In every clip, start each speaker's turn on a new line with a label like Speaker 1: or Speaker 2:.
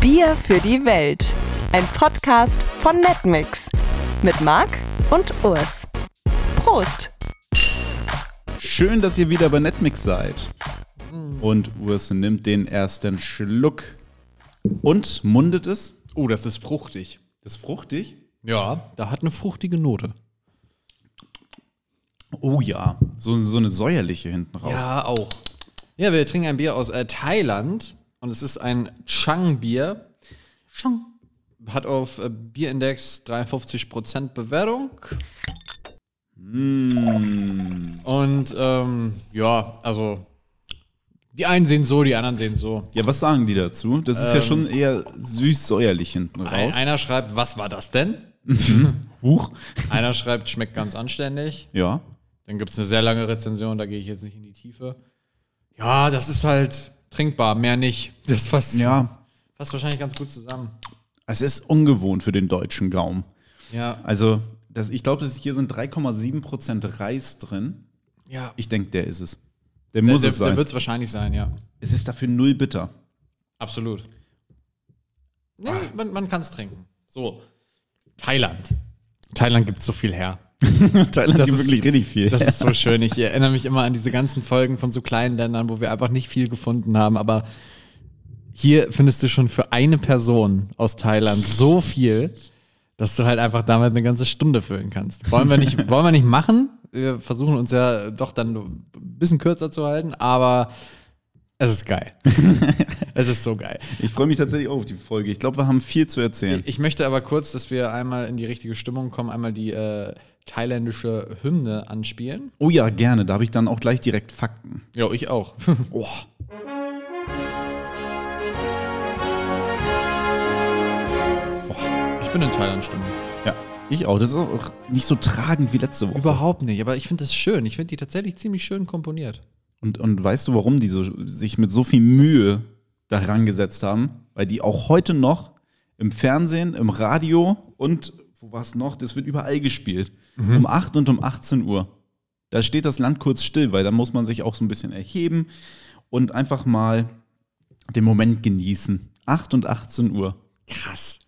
Speaker 1: Bier für die Welt. Ein Podcast von Netmix mit Marc und Urs. Prost!
Speaker 2: Schön, dass ihr wieder bei Netmix seid.
Speaker 3: Mm.
Speaker 2: Und Wilson nimmt den ersten Schluck und mundet es.
Speaker 3: Oh, das ist fruchtig.
Speaker 2: Das ist fruchtig.
Speaker 3: Ja, da hat eine fruchtige Note.
Speaker 2: Oh ja, so, so eine säuerliche hinten raus.
Speaker 3: Ja, auch. Ja, wir trinken ein Bier aus äh, Thailand und es ist ein Chang-Bier. Chang. Hat auf äh, Bierindex 53% Bewertung. Mm. Und ähm, ja, also die einen sehen so, die anderen sehen so.
Speaker 2: Ja, was sagen die dazu? Das ist ja schon eher süß-säuerlich hinten
Speaker 3: Ähm. Ein,
Speaker 2: raus.
Speaker 3: einer schreibt, was war das denn?
Speaker 2: Huch.
Speaker 3: Einer schreibt, schmeckt ganz anständig.
Speaker 2: Ja.
Speaker 3: Dann gibt es eine sehr lange Rezension, da gehe ich jetzt nicht in die Tiefe. Ja, das ist halt trinkbar, mehr nicht. Das fasst,
Speaker 2: Ja.
Speaker 3: fasst wahrscheinlich ganz gut zusammen.
Speaker 2: Es ist ungewohnt für den deutschen Gaumen.
Speaker 3: Ja,
Speaker 2: Also, das, ich glaube, hier sind 3,7% Reis drin.
Speaker 3: ja.
Speaker 2: Ich denke, der ist es. Der muss
Speaker 3: der
Speaker 2: es sein.
Speaker 3: wird es wahrscheinlich sein, ja.
Speaker 2: es ist dafür null bitter.
Speaker 3: Absolut. Nee, man man kann es trinken. So, Thailand. Thailand gibt so viel her.
Speaker 2: Thailand
Speaker 3: Das
Speaker 2: gibt
Speaker 3: ist-
Speaker 2: wirklich richtig viel.
Speaker 3: Das ist so schön. Ich erinnere mich immer an diese ganzen Folgen von so kleinen Ländern, wo wir einfach nicht viel gefunden haben. Aber hier findest du schon für eine Person aus Thailand so viel, dass du halt einfach damit eine ganze Stunde füllen kannst. Wollen wir nicht, wollen wir nicht machen. Wir versuchen uns ja doch dann ein bisschen kürzer zu halten, aber es ist geil. es ist so geil.
Speaker 2: Ich freue mich tatsächlich auch auf die Folge. Ich glaube, wir haben viel zu erzählen.
Speaker 3: Ich möchte aber kurz, dass wir einmal in die richtige Stimmung kommen, einmal die äh, thailändische Hymne anspielen.
Speaker 2: Oh ja, gerne. Da habe ich dann auch gleich direkt Fakten.
Speaker 3: Ja, ich auch.
Speaker 2: Oh.
Speaker 3: Ich bin in Thailand-Stimmung.
Speaker 2: Ja, ich auch. Das ist auch nicht so tragend wie letzte Woche.
Speaker 3: Überhaupt nicht, aber ich finde das schön. Ich finde die tatsächlich ziemlich schön komponiert.
Speaker 2: Und, und weißt du, warum die so, sich mit so viel Mühe daran gesetzt haben? Weil die auch heute noch im Fernsehen, im Radio und wo war es noch? Das wird überall gespielt. Um 8 und um 18 Uhr. Da steht das Land kurz still, weil da muss man sich auch so ein bisschen erheben und einfach mal den Moment genießen. 8 und 18 Uhr.
Speaker 3: Krass.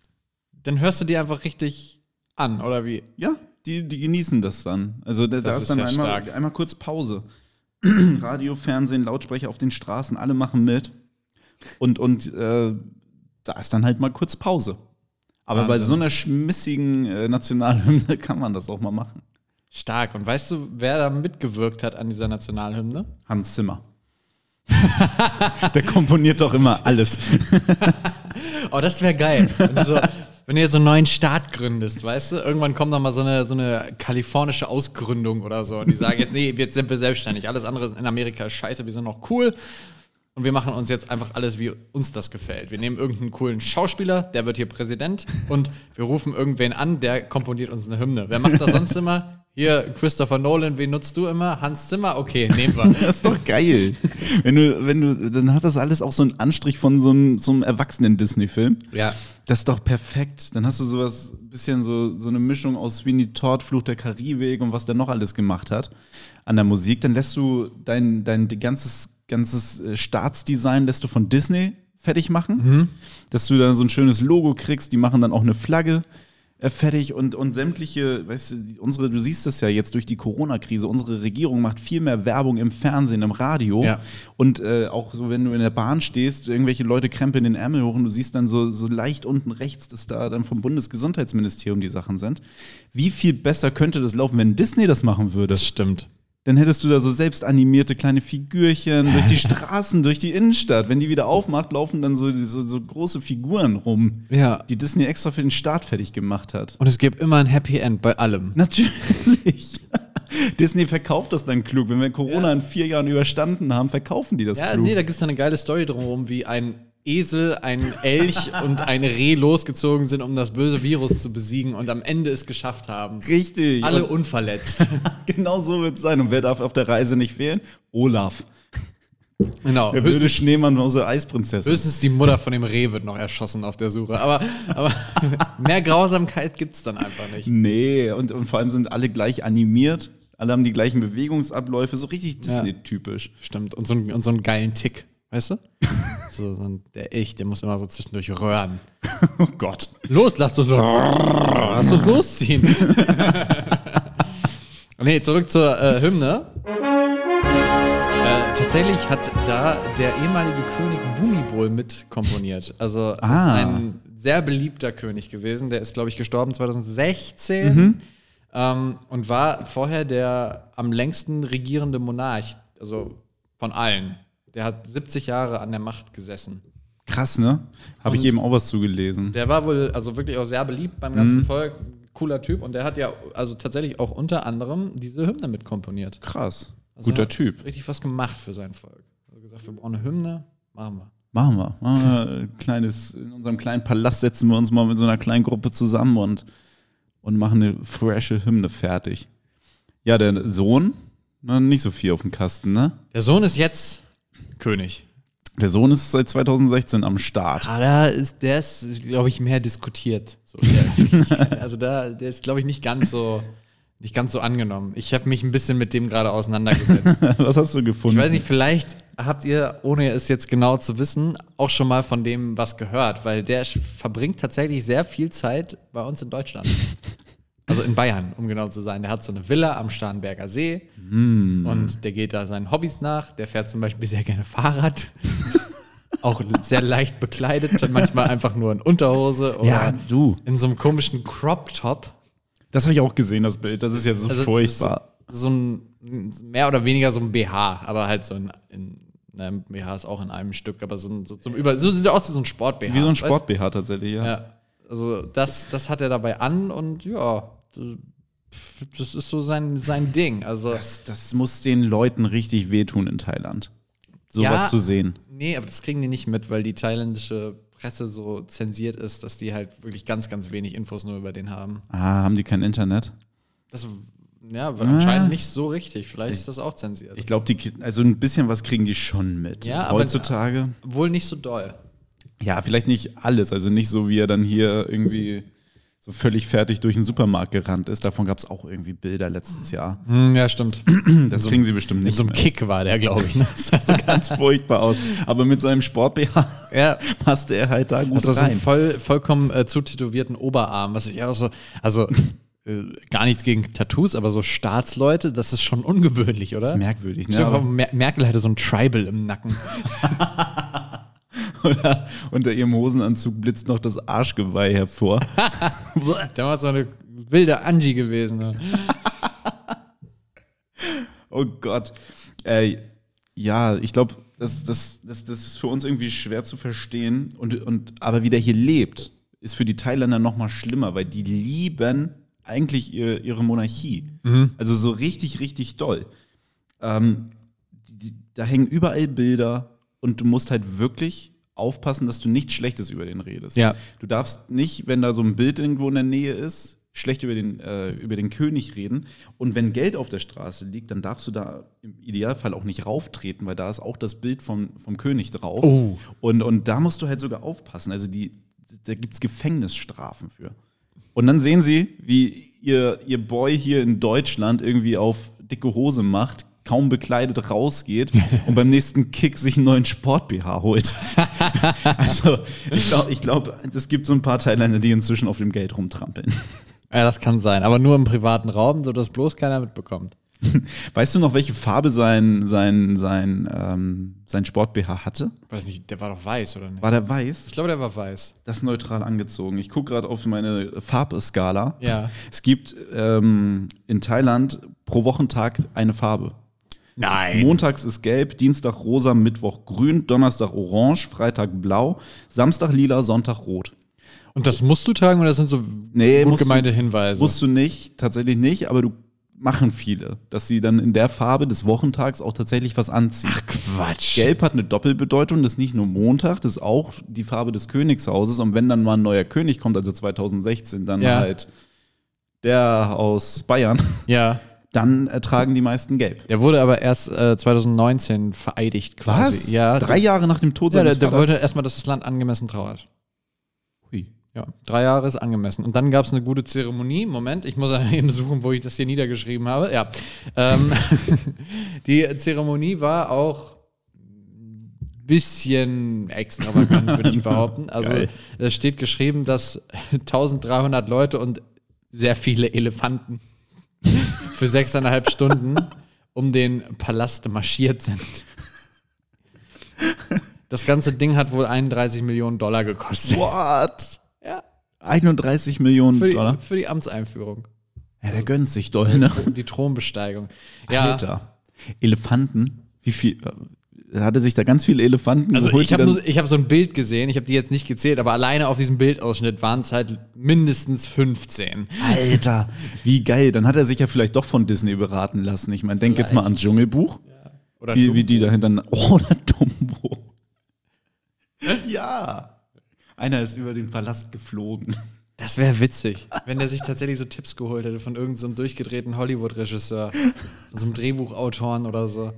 Speaker 3: Dann hörst du die einfach richtig an, oder wie?
Speaker 2: Ja, die, die genießen das dann. Also da,
Speaker 3: Das
Speaker 2: da ist
Speaker 3: ist
Speaker 2: dann
Speaker 3: ja
Speaker 2: einmal,
Speaker 3: stark.
Speaker 2: einmal kurz Pause. Radio, Fernsehen, Lautsprecher auf den Straßen, alle machen mit. Und, und äh, da ist dann halt mal kurz Pause. Aber bei
Speaker 3: Wahnsinn.
Speaker 2: so einer schmissigen äh, Nationalhymne kann man das auch mal machen.
Speaker 3: Stark. Und weißt du, wer da mitgewirkt hat an dieser Nationalhymne?
Speaker 2: Hans Zimmer. Der komponiert doch immer alles.
Speaker 3: Oh, das wäre geil. Wenn du, so, wenn du jetzt so einen neuen Staat gründest, weißt du? Irgendwann kommt dann mal so eine, so eine kalifornische Ausgründung oder so. Und die sagen jetzt, nee, jetzt sind wir selbstständig. Alles andere in Amerika ist scheiße, wir sind noch cool. Und wir machen uns jetzt einfach alles, wie uns das gefällt. Wir nehmen irgendeinen coolen Schauspieler, der wird hier Präsident. Und wir rufen irgendwen an, der komponiert uns eine Hymne. Wer macht das sonst immer? Hier, Christopher Nolan, wen nutzt du immer? Hans Zimmer? Okay, nehmen wir.
Speaker 2: Das ist doch geil. Wenn du, wenn du, dann hat das alles auch so einen Anstrich von so einem, so einem Erwachsenen-Disney-Film.
Speaker 3: Ja.
Speaker 2: Das ist doch perfekt. Dann hast du sowas, bisschen so, so eine Mischung aus Sweeney Todd, Fluch der Karibik und was der noch alles gemacht hat an der Musik. Dann lässt du dein, dein ganzes, ganzes äh, Staatsdesign lässt du von Disney fertig machen. Dass du dann so ein schönes Logo kriegst. Die machen dann auch eine Flagge äh, fertig und, und sämtliche, weißt du, die- unsere, du siehst das ja jetzt durch die Corona-Krise, unsere Regierung macht viel mehr Werbung im Fernsehen, im Radio
Speaker 3: Ja.
Speaker 2: und äh, auch so, wenn du in der Bahn stehst, irgendwelche Leute krempeln den Ärmel hoch und du siehst dann so, so leicht unten rechts, dass da dann vom Bundesgesundheitsministerium die Sachen sind. Wie viel besser könnte das laufen, wenn Disney das machen würde?
Speaker 3: stimmt.
Speaker 2: Dann hättest du da so selbst animierte kleine Figürchen durch die Straßen, durch die Innenstadt. Wenn die wieder aufmacht, laufen dann so, so, so große Figuren rum,
Speaker 3: Ja.
Speaker 2: die Disney extra für den Start fertig gemacht hat.
Speaker 3: Und es gibt immer ein Happy End bei allem.
Speaker 2: Natürlich. Disney verkauft das dann klug. Wenn wir Corona
Speaker 3: Ja.
Speaker 2: in vier Jahren überstanden haben, verkaufen die das
Speaker 3: Ja,
Speaker 2: klug.
Speaker 3: nee, da gibt es dann eine geile Story drumherum, wie ein Esel, ein Elch und ein Reh losgezogen sind, um das böse Virus zu besiegen und am Ende es geschafft haben.
Speaker 2: Richtig.
Speaker 3: Alle
Speaker 2: Und
Speaker 3: unverletzt.
Speaker 2: genau so wird es sein. Und wer darf auf der Reise nicht fehlen? Olaf.
Speaker 3: genau.
Speaker 2: Der blöde
Speaker 3: Höchstens,
Speaker 2: Schneemann von unserer Eisprinzessin.
Speaker 3: höchstens die Mutter von dem Reh wird noch erschossen auf der Suche. Aber, aber mehr Grausamkeit gibt es dann einfach nicht.
Speaker 2: Nee, und, und vor allem sind alle gleich animiert. Alle haben die gleichen Bewegungsabläufe. So richtig Disney-typisch.
Speaker 3: Stimmt. Und so, einen- und so einen geilen Tick. Weißt du? So, so ein- der Ich, der muss immer so zwischendurch röhren.
Speaker 2: Oh Gott.
Speaker 3: Los, lass uns, lass uns losziehen. nee, zurück zur äh, Hymne. Äh, tatsächlich hat da der ehemalige König Bhumibol mitkomponiert. Also das
Speaker 2: Ah.
Speaker 3: ist ein sehr beliebter König gewesen. Der ist, glaube ich, gestorben 2016 ähm, und war vorher der am längsten regierende Monarch, also von allen. Der hat 70 Jahre an der Macht gesessen.
Speaker 2: Krass, ne? Habe ich
Speaker 3: Und-
Speaker 2: eben auch was zugelesen.
Speaker 3: Der war wohl also wirklich auch sehr beliebt beim ganzen Volk, cooler Typ und der hat ja also tatsächlich auch unter anderem diese Hymne mitkomponiert.
Speaker 2: Krass.
Speaker 3: Also er
Speaker 2: Guter
Speaker 3: hat
Speaker 2: Typ.
Speaker 3: Richtig was gemacht für sein Volk. Also gesagt, wir brauchen eine Hymne, machen wir.
Speaker 2: Machen wir. Machen wir ein kleines, in unserem kleinen Palast setzen wir uns mal mit so einer kleinen Gruppe zusammen und, und machen eine frische Hymne fertig. Ja, der Sohn, na, nicht so viel auf dem Kasten, ne?
Speaker 3: Der Sohn ist jetzt König.
Speaker 2: Der Sohn ist seit 2016 am Start.
Speaker 3: Ah, da ist der ist, glaube ich, mehr diskutiert. So in der Öffentlichkeit. also da, der ist, glaube ich, nicht ganz so nicht ganz so angenommen. Ich habe mich ein bisschen mit dem gerade auseinandergesetzt.
Speaker 2: Was hast du gefunden?
Speaker 3: Ich weiß nicht, vielleicht habt ihr, ohne es jetzt genau zu wissen, auch schon mal von dem was gehört, weil der sch- verbringt tatsächlich sehr viel Zeit bei uns in Deutschland. Also in Bayern, um genau zu sein. Der hat so eine Villa am Starnberger See
Speaker 2: Hm.
Speaker 3: und der geht da seinen Hobbys nach. Der fährt zum Beispiel sehr gerne Fahrrad. auch sehr leicht bekleidet, manchmal einfach nur in Unterhose oder
Speaker 2: Ja, du.
Speaker 3: in so einem komischen Crop-Top.
Speaker 2: Das habe ich auch gesehen, das Bild. Das ist ja so
Speaker 3: Also,
Speaker 2: furchtbar.
Speaker 3: So, so ein, mehr oder weniger so ein BH, aber halt so ein, in, nein, BH ist auch in einem Stück, aber so ein, so zum Über, so sieht er aus wie so ein Sport-BH.
Speaker 2: Wie so ein
Speaker 3: weißt du?
Speaker 2: Sport-BH tatsächlich, ja.
Speaker 3: Ja, also das, das hat er dabei an und ja, pf, das ist so sein, sein Ding. Also,
Speaker 2: Das, das muss den Leuten richtig wehtun in Thailand. Sowas
Speaker 3: Ja.
Speaker 2: zu sehen.
Speaker 3: nee, aber das kriegen die nicht mit, weil die thailändische Presse so zensiert ist, dass die halt wirklich ganz, ganz wenig Infos nur über den haben.
Speaker 2: Ah, haben die kein Internet?
Speaker 3: Das ja,
Speaker 2: Ah.
Speaker 3: war anscheinend nicht so richtig. Vielleicht ist das auch zensiert.
Speaker 2: Ich glaube, die ki- also ein bisschen was kriegen die schon mit.
Speaker 3: Ja, aber-
Speaker 2: Heutzutage.
Speaker 3: Wohl nicht so doll.
Speaker 2: ja, vielleicht nicht alles. Also nicht so, wie er dann hier irgendwie so völlig fertig durch den Supermarkt gerannt ist. Davon gab es auch irgendwie Bilder letztes Jahr.
Speaker 3: Hm, ja, stimmt.
Speaker 2: Das kriegen sie bestimmt
Speaker 3: In
Speaker 2: nicht.
Speaker 3: so einem
Speaker 2: mit.
Speaker 3: Kick war der, glaube ich. Ne? Das sah so ganz-
Speaker 2: Ganz furchtbar aus. Aber mit seinem Sport-BH
Speaker 3: ja.
Speaker 2: passte er halt da gut
Speaker 3: Das war so einen
Speaker 2: rein.
Speaker 3: voll, vollkommen äh, zutätowierten Oberarm, was ich auch so, also äh, gar nichts gegen Tattoos, aber so Staatsleute, das ist schon ungewöhnlich, oder?
Speaker 2: Das ist merkwürdig,
Speaker 3: Stell
Speaker 2: ne?
Speaker 3: dir vor,
Speaker 2: Aber,
Speaker 3: Mer Merkel hatte so ein Tribal im Nacken.
Speaker 2: oder unter ihrem Hosenanzug blitzt noch das Arschgeweih hervor.
Speaker 3: Damals so eine wilde Angie gewesen. Ne?
Speaker 2: Oh Gott. Äh, ja, ich glaube, das, das, das, das ist für uns irgendwie schwer zu verstehen. Und, und, aber wie der hier lebt, ist für die Thailänder noch mal schlimmer, weil die lieben eigentlich ihr, ihre Monarchie. Also so richtig, richtig doll. Ähm, die, die, da hängen überall Bilder und du musst halt wirklich aufpassen, dass du nichts Schlechtes über den redest.
Speaker 3: Ja.
Speaker 2: Du darfst nicht, wenn da so ein Bild irgendwo in der Nähe ist, schlecht über den, äh, über den König reden. Und wenn Geld auf der Straße liegt, dann darfst du da im Idealfall auch nicht rauftreten, weil da ist auch das Bild vom, vom König drauf.
Speaker 3: Oh.
Speaker 2: Und, und da musst du halt sogar aufpassen. Also die, da gibt es Gefängnisstrafen für. Und dann sehen sie, wie ihr, ihr Boy hier in Deutschland irgendwie auf dicke Hose macht, kaum bekleidet rausgeht und beim nächsten Kick sich einen neuen Sport-BH holt. also ich glaube, ich glaub, es gibt so ein paar Thailänder, die inzwischen auf dem Geld rumtrampeln.
Speaker 3: Ja, das kann sein, aber nur im privaten Raum, sodass bloß keiner mitbekommt.
Speaker 2: Weißt du noch, welche Farbe sein, sein, sein, ähm, sein Sport-BH hatte?
Speaker 3: Weiß nicht, der war doch weiß, oder nicht?
Speaker 2: War der weiß?
Speaker 3: Ich glaube, der war weiß.
Speaker 2: Das ist neutral angezogen. Ich gucke gerade auf meine Farbskala.
Speaker 3: Ja.
Speaker 2: Es gibt ähm, in Thailand pro Wochentag eine Farbe.
Speaker 3: Nein.
Speaker 2: Montags ist gelb, Dienstag rosa, Mittwoch grün, Donnerstag orange, Freitag blau, Samstag lila, Sonntag rot.
Speaker 3: Und das musst du tragen, oder das sind so
Speaker 2: Nee,
Speaker 3: gut
Speaker 2: musst du-
Speaker 3: gemeinte Hinweise?
Speaker 2: Wusst du nicht, tatsächlich nicht, aber du machen viele, dass sie dann in der Farbe des Wochentags auch tatsächlich was anziehen.
Speaker 3: Quatsch.
Speaker 2: Gelb hat eine Doppelbedeutung, das ist nicht nur Montag, das ist auch die Farbe des Königshauses. Und wenn dann mal ein neuer König kommt, also 2016, dann
Speaker 3: Ja.
Speaker 2: halt der aus Bayern,
Speaker 3: Ja.
Speaker 2: dann äh, tragen die meisten gelb.
Speaker 3: Der wurde aber erst äh, 2019 vereidigt quasi. Ja,
Speaker 2: Ja, Drei Jahre nach dem Tod
Speaker 3: ja der,
Speaker 2: seines
Speaker 3: der
Speaker 2: Vaters?
Speaker 3: wollte erstmal, dass das Land angemessen trauert.
Speaker 2: Hui.
Speaker 3: Ja, drei Jahre ist angemessen. Und dann gab es eine gute Zeremonie. Moment, ich muss eben suchen, wo ich das hier niedergeschrieben habe. Ja. Ähm, die Zeremonie war auch bisschen extravagant, würde ich behaupten. Also
Speaker 2: Geil.
Speaker 3: es steht geschrieben, dass 1300 Leute und sehr viele Elefanten für sechseinhalb Stunden um den Palast marschiert sind. Das ganze Ding hat wohl 31 Millionen Dollar gekostet.
Speaker 2: What?
Speaker 3: Ja,
Speaker 2: 31 Millionen
Speaker 3: für die,
Speaker 2: Dollar.
Speaker 3: für die Amtseinführung.
Speaker 2: Ja, der gönnt sich doll, ne?
Speaker 3: Die Thronbesteigung. Ja,
Speaker 2: Alter. Elefanten. Wie viel? äh, Hat er sich da ganz viele Elefanten
Speaker 3: also
Speaker 2: geholt?
Speaker 3: ich
Speaker 2: die
Speaker 3: habe
Speaker 2: dann-
Speaker 3: nur- ich hab so ein Bild gesehen, ich habe die jetzt nicht gezählt, aber alleine auf diesem Bildausschnitt waren es halt mindestens 15.
Speaker 2: Alter, wie geil. Dann hat er sich ja vielleicht doch von Disney beraten lassen. Ich meine, denk jetzt mal ans Dschungelbuch.
Speaker 3: Oder
Speaker 2: Wie, wie die dahinter. Oh, der Dumbo. ja. Einer ist über den Palast geflogen.
Speaker 3: Das wäre witzig, wenn der sich tatsächlich so Tipps geholt hätte von irgendeinem so einem durchgedrehten Hollywood-Regisseur, so einem Drehbuchautoren oder so.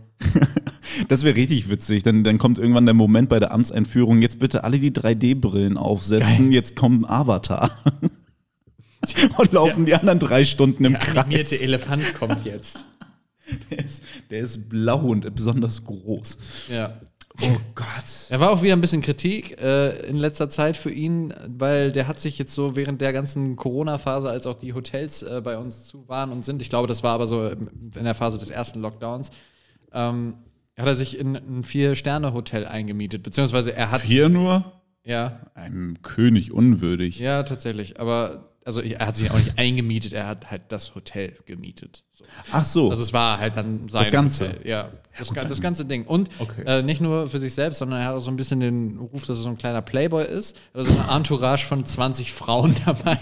Speaker 2: Das wäre richtig witzig. Dann, dann kommt irgendwann der Moment bei der Amtseinführung. Jetzt bitte alle die 3D-Brillen aufsetzen. Jetzt kommt ein Avatar. Und laufen die anderen drei Stunden im Kreis.
Speaker 3: Animierte Elefant kommt jetzt.
Speaker 2: Der ist, der ist blau und besonders groß.
Speaker 3: Ja.
Speaker 2: Oh Gott.
Speaker 3: Er war auch wieder ein bisschen Kritik äh, in letzter Zeit für ihn, weil der hat sich jetzt so während der ganzen Corona-Phase, als auch die Hotels äh, bei uns zu waren und sind, ich glaube, das war aber so in der Phase des ersten Lockdowns, ähm, hat er sich in ein Vier-Sterne-Hotel eingemietet. Beziehungsweise er hat.
Speaker 2: Vier nur?
Speaker 3: Ja,
Speaker 2: Einem König unwürdig.
Speaker 3: Ja, tatsächlich. Aber also er hat sich auch nicht eingemietet, er hat halt das Hotel gemietet. So.
Speaker 2: Ach so.
Speaker 3: Also es war halt dann sein
Speaker 2: Oh. Das Ganze.
Speaker 3: Hotel. Ja, das, ga- das ganze Ding. Und
Speaker 2: Okay.
Speaker 3: äh, nicht nur für sich selbst, sondern er hat auch so ein bisschen den Ruf, dass er so ein kleiner Playboy ist. Er hat so eine Entourage von 20 Frauen dabei.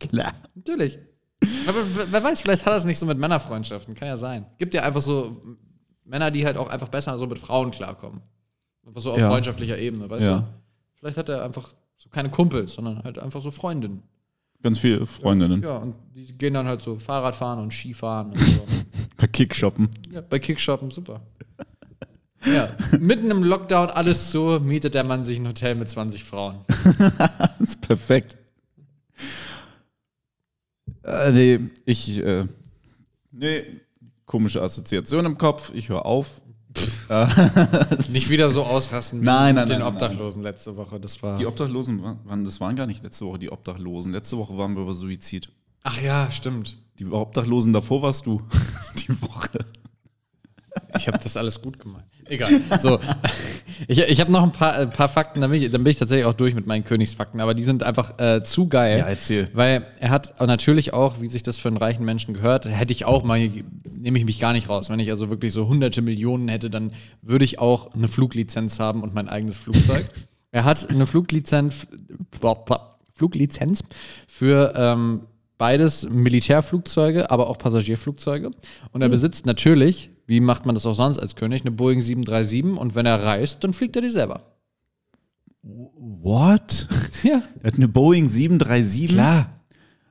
Speaker 2: klar.
Speaker 3: Natürlich. Aber wer- wer weiß, vielleicht hat er es nicht so mit Männerfreundschaften. Kann ja sein. Gibt ja einfach so Männer, die halt auch einfach besser so mit Frauen klarkommen. Einfach so auf
Speaker 2: Ja.
Speaker 3: freundschaftlicher Ebene, weißt
Speaker 2: Ja.
Speaker 3: du? Vielleicht hat er einfach so keine Kumpels, sondern halt einfach so Freundinnen.
Speaker 2: Ganz viele Freundinnen.
Speaker 3: Ja, und die gehen dann halt so Fahrrad fahren und Skifahren und so.
Speaker 2: Bei Kickshoppen.
Speaker 3: ja, bei Kickshoppen, super. Ja, mitten im Lockdown alles zu, mietet der Mann sich ein Hotel mit 20 Frauen.
Speaker 2: Das ist perfekt. Äh, nee, ich. Äh, nee, komische Assoziation im Kopf. Ich höre auf.
Speaker 3: Nicht wieder so ausrasten wie
Speaker 2: Nein, nein,
Speaker 3: mit
Speaker 2: nein,
Speaker 3: den
Speaker 2: nein,
Speaker 3: Obdachlosen letzte Woche. Das war.
Speaker 2: Die Obdachlosen waren, das waren gar nicht letzte Woche die Obdachlosen. Letzte Woche waren wir über Suizid.
Speaker 3: Ach ja, stimmt.
Speaker 2: Die Obdachlosen davor warst du. Die Woche.
Speaker 3: Ich habe das alles gut gemeint. Egal. So, ich, ich habe noch ein paar, ein paar Fakten, dann bin, ich, dann bin ich tatsächlich auch durch mit meinen Königsfakten, aber die sind einfach äh, zu geil.
Speaker 2: Ja, erzähl.
Speaker 3: Weil er hat auch natürlich auch, wie sich das für einen reichen Menschen gehört, hätte ich auch mal, nehme ich mich gar nicht raus. Wenn ich also wirklich so hunderte Millionen hätte, dann würde ich auch eine Fluglizenz haben und mein eigenes Flugzeug. er hat eine Fluglizenz, Fluglizenz für ähm, beides Militärflugzeuge, aber auch Passagierflugzeuge. Und er besitzt natürlich, wie macht man das auch sonst als König, eine Boeing 737 und wenn er reist, dann fliegt er die selber.
Speaker 2: What?
Speaker 3: Ja,
Speaker 2: Er hat eine Boeing 737.
Speaker 3: klar.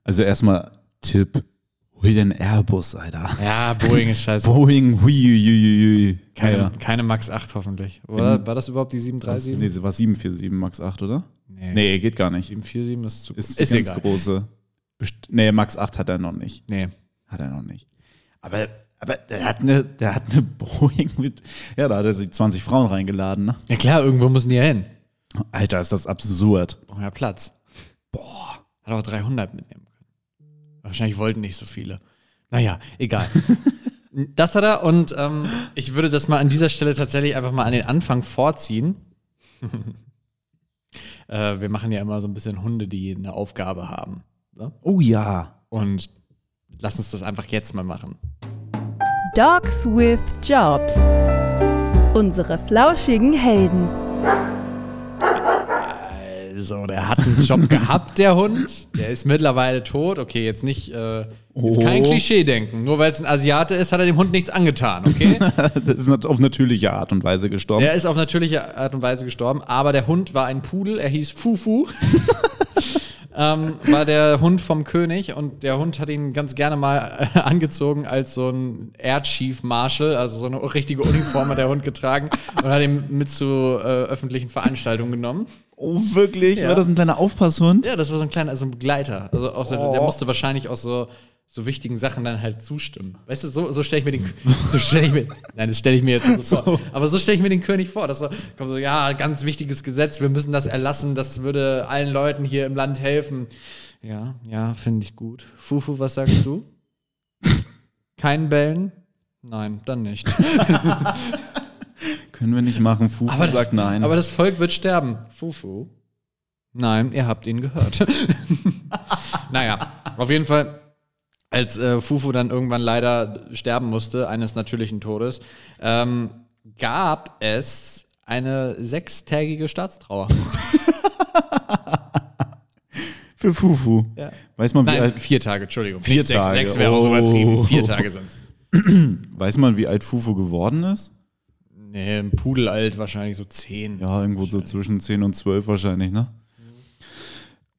Speaker 2: Also erstmal Tipp. Hol den Airbus, Alter.
Speaker 3: Ja, Boeing ist scheiße.
Speaker 2: Boeing, hui, hui, hui, hui.
Speaker 3: Keine,
Speaker 2: Ja, ja.
Speaker 3: keine Max 8 hoffentlich. Oder war das überhaupt die
Speaker 2: Was?
Speaker 3: 737?
Speaker 2: Nee, sie war 747 Max 8, oder?
Speaker 3: Nee.
Speaker 2: Nee, geht gar nicht.
Speaker 3: 747 ist zu
Speaker 2: Ist die ganz große. Best nee, Max 8 hat er noch nicht.
Speaker 3: Nee.
Speaker 2: Hat er noch nicht. Aber, aber der, hat eine, der hat eine Boeing mit. Ja, da hat er sich 20 Frauen reingeladen, ne?
Speaker 3: Ja klar, irgendwo müssen die ja hin.
Speaker 2: Alter, ist das absurd.
Speaker 3: Brauchen ja Platz. Boah. Hat auch 300 mitnehmen können. Wahrscheinlich wollten nicht so viele. Naja, egal. das hat er und ähm, ich würde das mal an dieser Stelle tatsächlich einfach mal an den Anfang vorziehen. äh, wir machen ja immer so ein bisschen Hunde, die eine Aufgabe haben. So?
Speaker 2: Oh ja.
Speaker 3: Und lass uns das einfach jetzt mal machen.
Speaker 1: Dogs with Jobs. Unsere flauschigen Helden.
Speaker 3: Also, der hat einen Job gehabt, der Hund. Der ist mittlerweile tot. Okay, jetzt nicht. Äh,
Speaker 2: Oh.
Speaker 3: jetzt kein Klischee denken. Nur weil es ein Asiate ist, hat er dem Hund nichts angetan, okay?
Speaker 2: Das ist nat- auf natürliche Art und Weise gestorben.
Speaker 3: der ist auf natürliche Art und Weise gestorben, aber der Hund war ein Pudel. Er hieß Fufu. ähm, war der Hund vom König und der Hund hat ihn ganz gerne mal äh, angezogen als so ein Air Chief Marshal, also so eine richtige Uniform hat der Hund getragen und hat ihn mit zu äh, öffentlichen Veranstaltungen genommen.
Speaker 2: Oh, wirklich?
Speaker 3: Ja.
Speaker 2: War das ein kleiner Aufpasshund?
Speaker 3: Ja, das war so ein kleiner, also ein Begleiter. Also auch so, der musste wahrscheinlich auch so, so wichtigen Sachen dann halt zustimmen. Weißt du, so, so stelle ich mir den so stell ich mir, Nein, das stelle ich mir jetzt so, vor. Aber so stelle ich mir den König vor. Dass so, kommt so, ja, ganz wichtiges Gesetz, wir müssen das erlassen, das würde allen Leuten hier im Land helfen. Ja, ja, finde ich gut. Fufu, was sagst du? Kein Bellen? Nein, dann nicht.
Speaker 2: Können wir nicht machen. Fufu
Speaker 3: Aber das,
Speaker 2: sagt nein.
Speaker 3: aber das Volk wird sterben. Fufu. Nein, ihr habt ihn gehört. naja, auf jeden Fall, als äh, Fufu dann irgendwann leider sterben musste, eines natürlichen Todes, ähm, gab es eine sechstägige Staatstrauer.
Speaker 2: Für Fufu.
Speaker 3: Ja.
Speaker 2: Weiß man, wie
Speaker 3: Nein,
Speaker 2: alt,
Speaker 3: vier Tage, Entschuldigung.
Speaker 2: Vier
Speaker 3: Nicht sechs,
Speaker 2: Tage,
Speaker 3: Sechs wäre
Speaker 2: oh.
Speaker 3: auch übertrieben. Vier Tage sind's.
Speaker 2: weiß man, wie alt Fufu geworden ist?
Speaker 3: Nee, ein Pudel alt, wahrscheinlich so zehn.
Speaker 2: Ja, irgendwo so zwischen 10 und 12 wahrscheinlich, ne?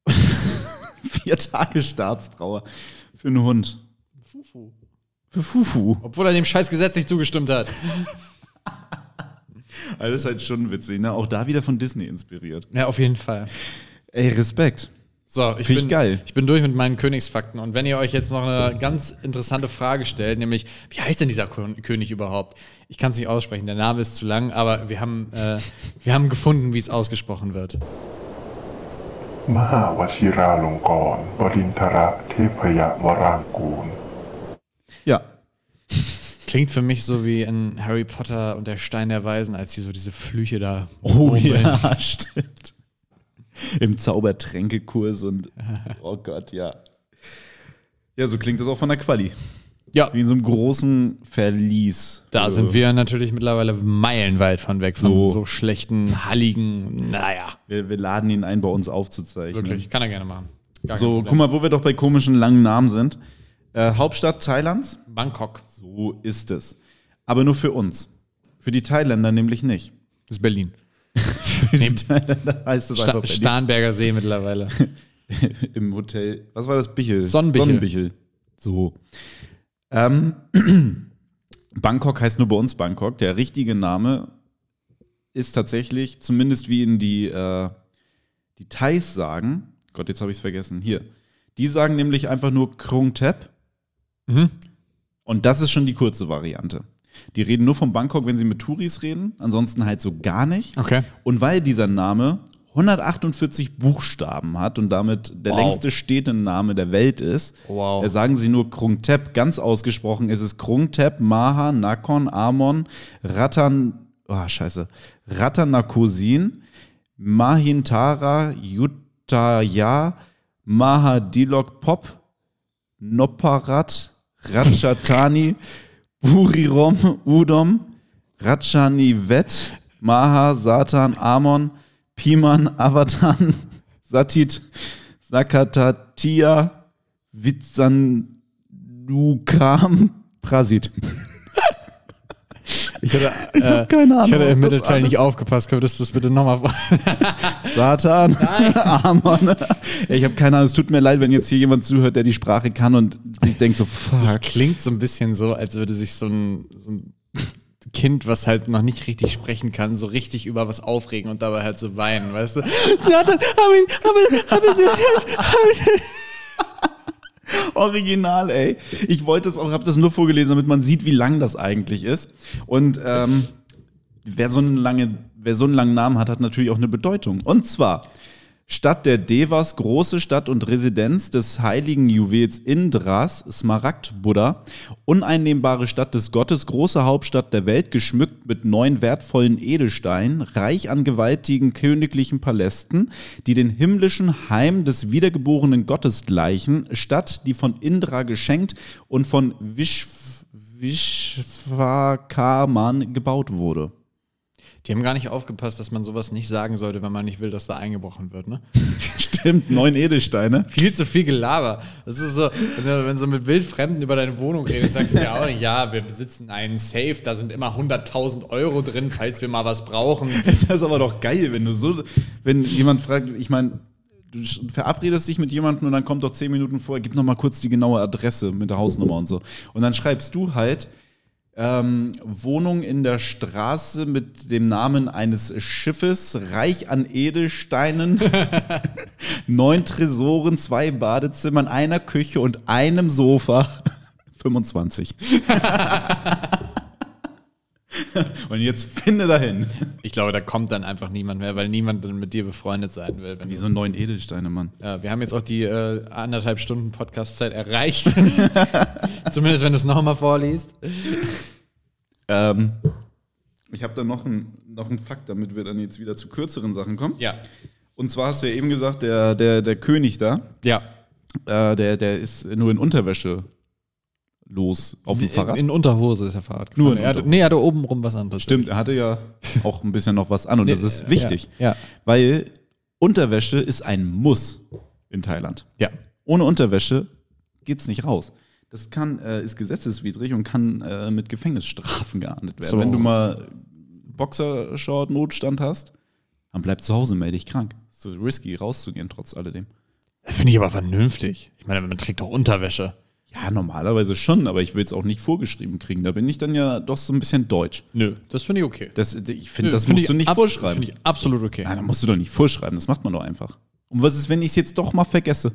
Speaker 3: Mhm.
Speaker 2: Vier Tage Staatstrauer für einen Hund.
Speaker 3: Fufu.
Speaker 2: Für Fufu.
Speaker 3: Obwohl er dem scheiß Gesetz nicht zugestimmt hat.
Speaker 2: Also das ist halt schon witzig, ne? Auch da wieder von Disney inspiriert.
Speaker 3: Ja, auf jeden Fall.
Speaker 2: Ey, Respekt.
Speaker 3: So, ich
Speaker 2: Find ich
Speaker 3: bin,
Speaker 2: geil.
Speaker 3: ich bin durch mit meinen Königsfakten. Und wenn ihr euch jetzt noch eine ganz interessante Frage stellt, nämlich, wie heißt denn dieser Kon- König überhaupt? Ich kann es nicht aussprechen, der Name ist zu lang, aber wir haben, äh, wir haben gefunden, wie es ausgesprochen wird.
Speaker 4: มหาวชิราลงกรณ์บดินทรเทพยวรางกูล
Speaker 2: Ja.
Speaker 3: Klingt für mich so wie in Harry Potter und der Stein der Weisen, als sie so diese Flüche da.
Speaker 2: Oh
Speaker 3: rumbeln.
Speaker 2: ja, stimmt. Im Zaubertränkekurs und oh Gott, ja. Ja, so klingt das auch von der Quali.
Speaker 3: Ja,
Speaker 2: Wie in so einem großen Verlies.
Speaker 3: da
Speaker 2: Also,
Speaker 3: sind wir natürlich mittlerweile meilenweit von weg von
Speaker 2: So.
Speaker 3: so, schlechten, halligen, naja.
Speaker 2: wir. Wir laden ihn ein, bei uns aufzuzeichnen.
Speaker 3: Wirklich, kann er gerne machen. Gar kein
Speaker 2: So,
Speaker 3: Problem.
Speaker 2: guck mal, wo wir doch bei komischen langen Namen sind. Äh, Hauptstadt Thailands.
Speaker 3: Bangkok
Speaker 2: So ist es. Aber nur für uns. Für die Thailänder nämlich nicht.
Speaker 3: ist Berlin.
Speaker 2: Für die Thailänder heißt es
Speaker 3: Sta
Speaker 2: einfach Berlin.
Speaker 3: Starnberger See mittlerweile.
Speaker 2: im Hotel. Was war das? Bichel.
Speaker 3: Sonnenbichel.
Speaker 2: So. Ähm, Bangkok heißt nur bei uns Bangkok. Der richtige Name ist tatsächlich, zumindest wie in die, äh, die Thais sagen, Gott, jetzt habe ich es vergessen, hier. Die sagen nämlich einfach nur Krung Thep.
Speaker 3: Mhm.
Speaker 2: Und das ist schon die kurze Variante. Die reden nur von Bangkok, wenn sie mit Touris reden, ansonsten halt so gar nicht.
Speaker 3: Okay.
Speaker 2: Und weil dieser Name 148 Buchstaben hat und damit der
Speaker 3: Wow.
Speaker 2: längste Städtenname der Welt ist,
Speaker 3: Wow.
Speaker 2: äh, sagen sie nur Krungtep. Ganz ausgesprochen ist es Krungtep, Maha, Nakhon, Amon, Ratan, oh scheiße, Ratanakosin, Mahintara, Yutaya, Mahadilok Pop, Noparat, Ratchatani, Burirom, Udom, Ratchanivet, Maha, Satan, Amon, Piman, Avatan, Satit, Sakatatia, Witzanukam, Prasit.
Speaker 3: Ich hatte, ich äh,
Speaker 2: keine Ahnung,
Speaker 3: ich hatte im
Speaker 2: ob das
Speaker 3: Mittelteil nicht
Speaker 2: alles-
Speaker 3: aufgepasst. Könntest du das bitte nochmal
Speaker 2: Satan, Amon. Ey, Ich habe keine Ahnung, es tut mir leid, wenn jetzt hier jemand zuhört, der die Sprache kann und sich denkt so,
Speaker 3: Das
Speaker 2: fuck.
Speaker 3: klingt so ein bisschen so, als würde sich so ein, so ein Kind, was halt noch nicht richtig sprechen kann, so richtig über was aufregen und dabei halt so weinen, weißt du?
Speaker 2: Original, ey. Ich wollte es auch, habe das nur vorgelesen, damit man sieht, wie lang das eigentlich ist. Und ähm, wer, so einen lange, wer so einen langen Namen hat, hat natürlich auch eine Bedeutung. Und zwar Stadt der Devas, große Stadt und Residenz des heiligen Juwels Indras, Smaragd-Buddha, uneinnehmbare Stadt des Gottes, große Hauptstadt der Welt, geschmückt mit neun wertvollen Edelsteinen, reich an gewaltigen königlichen Palästen, die den himmlischen Heim des wiedergeborenen Gottes gleichen, Stadt, die von Indra geschenkt und von Vish- Vishvakarman gebaut wurde.
Speaker 3: Die haben gar nicht aufgepasst, dass man sowas nicht sagen sollte, wenn man nicht will, dass da eingebrochen wird, ne?
Speaker 2: Stimmt, neun Edelsteine.
Speaker 3: Viel zu viel Gelaber. Das ist so, wenn du, wenn du so mit Wildfremden über deine Wohnung redest, sagst du ja auch nicht, ja, wir besitzen einen Safe, da sind immer 100.000 Euro drin, falls wir mal was brauchen.
Speaker 2: Das ist aber doch geil, wenn du so, wenn jemand fragt, ich meine, du sch- verabredest dich mit jemandem und dann kommt doch zehn Minuten vorher, gib noch mal kurz die genaue Adresse mit der Hausnummer und so. Und dann schreibst du halt, Ähm, Wohnung in der Straße mit dem Namen eines Schiffes, reich an Edelsteinen, neun Tresoren, zwei Badezimmern, einer Küche und einem Sofa. 25. und jetzt finde dahin.
Speaker 3: Ich glaube, da kommt dann einfach niemand mehr, weil niemand dann mit dir befreundet sein will. Wenn
Speaker 2: Wieso neun Edelsteine, Mann?
Speaker 3: ja, wir haben jetzt auch die äh, anderthalb Stunden Podcast-Zeit erreicht. Zumindest, wenn du es nochmal vorliest.
Speaker 2: Ähm, ich habe da noch einen noch einen Fakt, damit wir dann jetzt wieder zu kürzeren Sachen kommen.
Speaker 3: Ja.
Speaker 2: Und zwar hast du ja eben gesagt, der, der, der König da,
Speaker 3: Ja.
Speaker 2: äh, der, der ist nur in Unterwäsche los auf dem Fahrrad.
Speaker 3: In, in Unterhose ist er Fahrrad gefahren.
Speaker 2: Nur in
Speaker 3: er hat,
Speaker 2: Unterhose.
Speaker 3: Nee, er hatte oben rum was anderes.
Speaker 2: Stimmt, er hatte ja auch ein bisschen noch was an und das ist wichtig,
Speaker 3: Ja.
Speaker 2: weil Unterwäsche ist ein Muss in Thailand.
Speaker 3: Ja.
Speaker 2: Ohne Unterwäsche geht's nicht raus. Das kann, äh, ist gesetzeswidrig und kann äh, mit Gefängnisstrafen geahndet werden.
Speaker 3: So.
Speaker 2: Wenn du mal Boxershort-Notstand hast, dann bleib zu Hause, melde dich krank. Ist so risky, rauszugehen, trotz alledem.
Speaker 3: Finde ich aber vernünftig. Ich meine, man trägt doch Unterwäsche.
Speaker 2: Ja, normalerweise schon, aber ich will es auch nicht vorgeschrieben kriegen. Da bin ich dann ja doch so ein bisschen deutsch.
Speaker 3: Nö, das finde ich okay.
Speaker 2: Das, ich finde,
Speaker 3: Nö,
Speaker 2: das
Speaker 3: find
Speaker 2: musst
Speaker 3: ich
Speaker 2: du nicht
Speaker 3: abs-
Speaker 2: vorschreiben. Ah.
Speaker 3: Finde ich absolut okay.
Speaker 2: Nein, da musst du doch nicht vorschreiben, das macht man doch einfach. Und was ist, wenn ich es jetzt doch mal vergesse?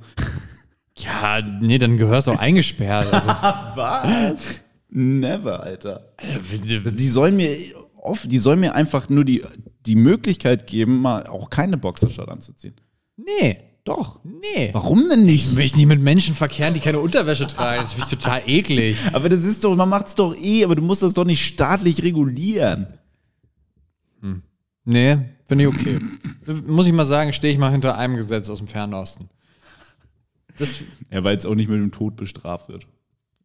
Speaker 3: Ja, nee, dann gehörst du auch eingesperrt. Also,
Speaker 2: Was? Never, Alter.
Speaker 3: also,
Speaker 2: Die sollen mir oft, die sollen mir einfach nur die, die Möglichkeit geben, mal auch keine Boxershot anzuziehen.
Speaker 3: nee,
Speaker 2: Doch.
Speaker 3: nee.
Speaker 2: Warum denn
Speaker 3: Ich
Speaker 2: nicht?
Speaker 3: will nicht mit Menschen verkehren, die keine Unterwäsche tragen. Das finde ich total eklig.
Speaker 2: Aber das ist doch, man macht's doch eh, aber du musst das doch nicht staatlich regulieren.
Speaker 3: Nee, finde ich okay. Muss ich mal sagen, stehe ich mal hinter einem Gesetz aus dem Fernosten. Das,
Speaker 2: Ja, weil es auch nicht mit dem Tod bestraft wird.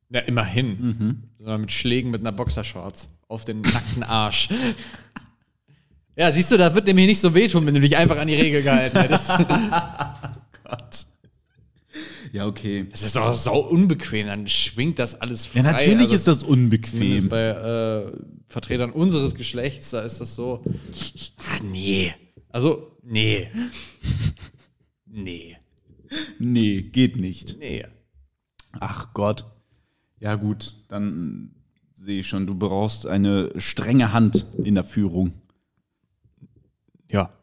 Speaker 3: ja, immerhin. Sondern mit Schlägen mit einer Boxershorts auf den nackten Arsch. Ja, siehst du, da wird nämlich nicht so wehtun, wenn du dich einfach an die Regel gehalten hättest.
Speaker 2: Gott. Ja, okay.
Speaker 3: Das ist doch sau unbequem, dann schwingt das alles frei.
Speaker 2: Ja, natürlich
Speaker 3: Also,
Speaker 2: ist das
Speaker 3: Zumindest
Speaker 2: unbequem.
Speaker 3: bei äh, Vertretern unseres Geschlechts, da ist das so. Ah, nee. Also, nee. Nee.
Speaker 2: Nee, geht nicht.
Speaker 3: Nee.
Speaker 2: Ach Gott. Ja, gut, dann sehe ich schon, du brauchst eine strenge Hand in der Führung.
Speaker 3: Ja.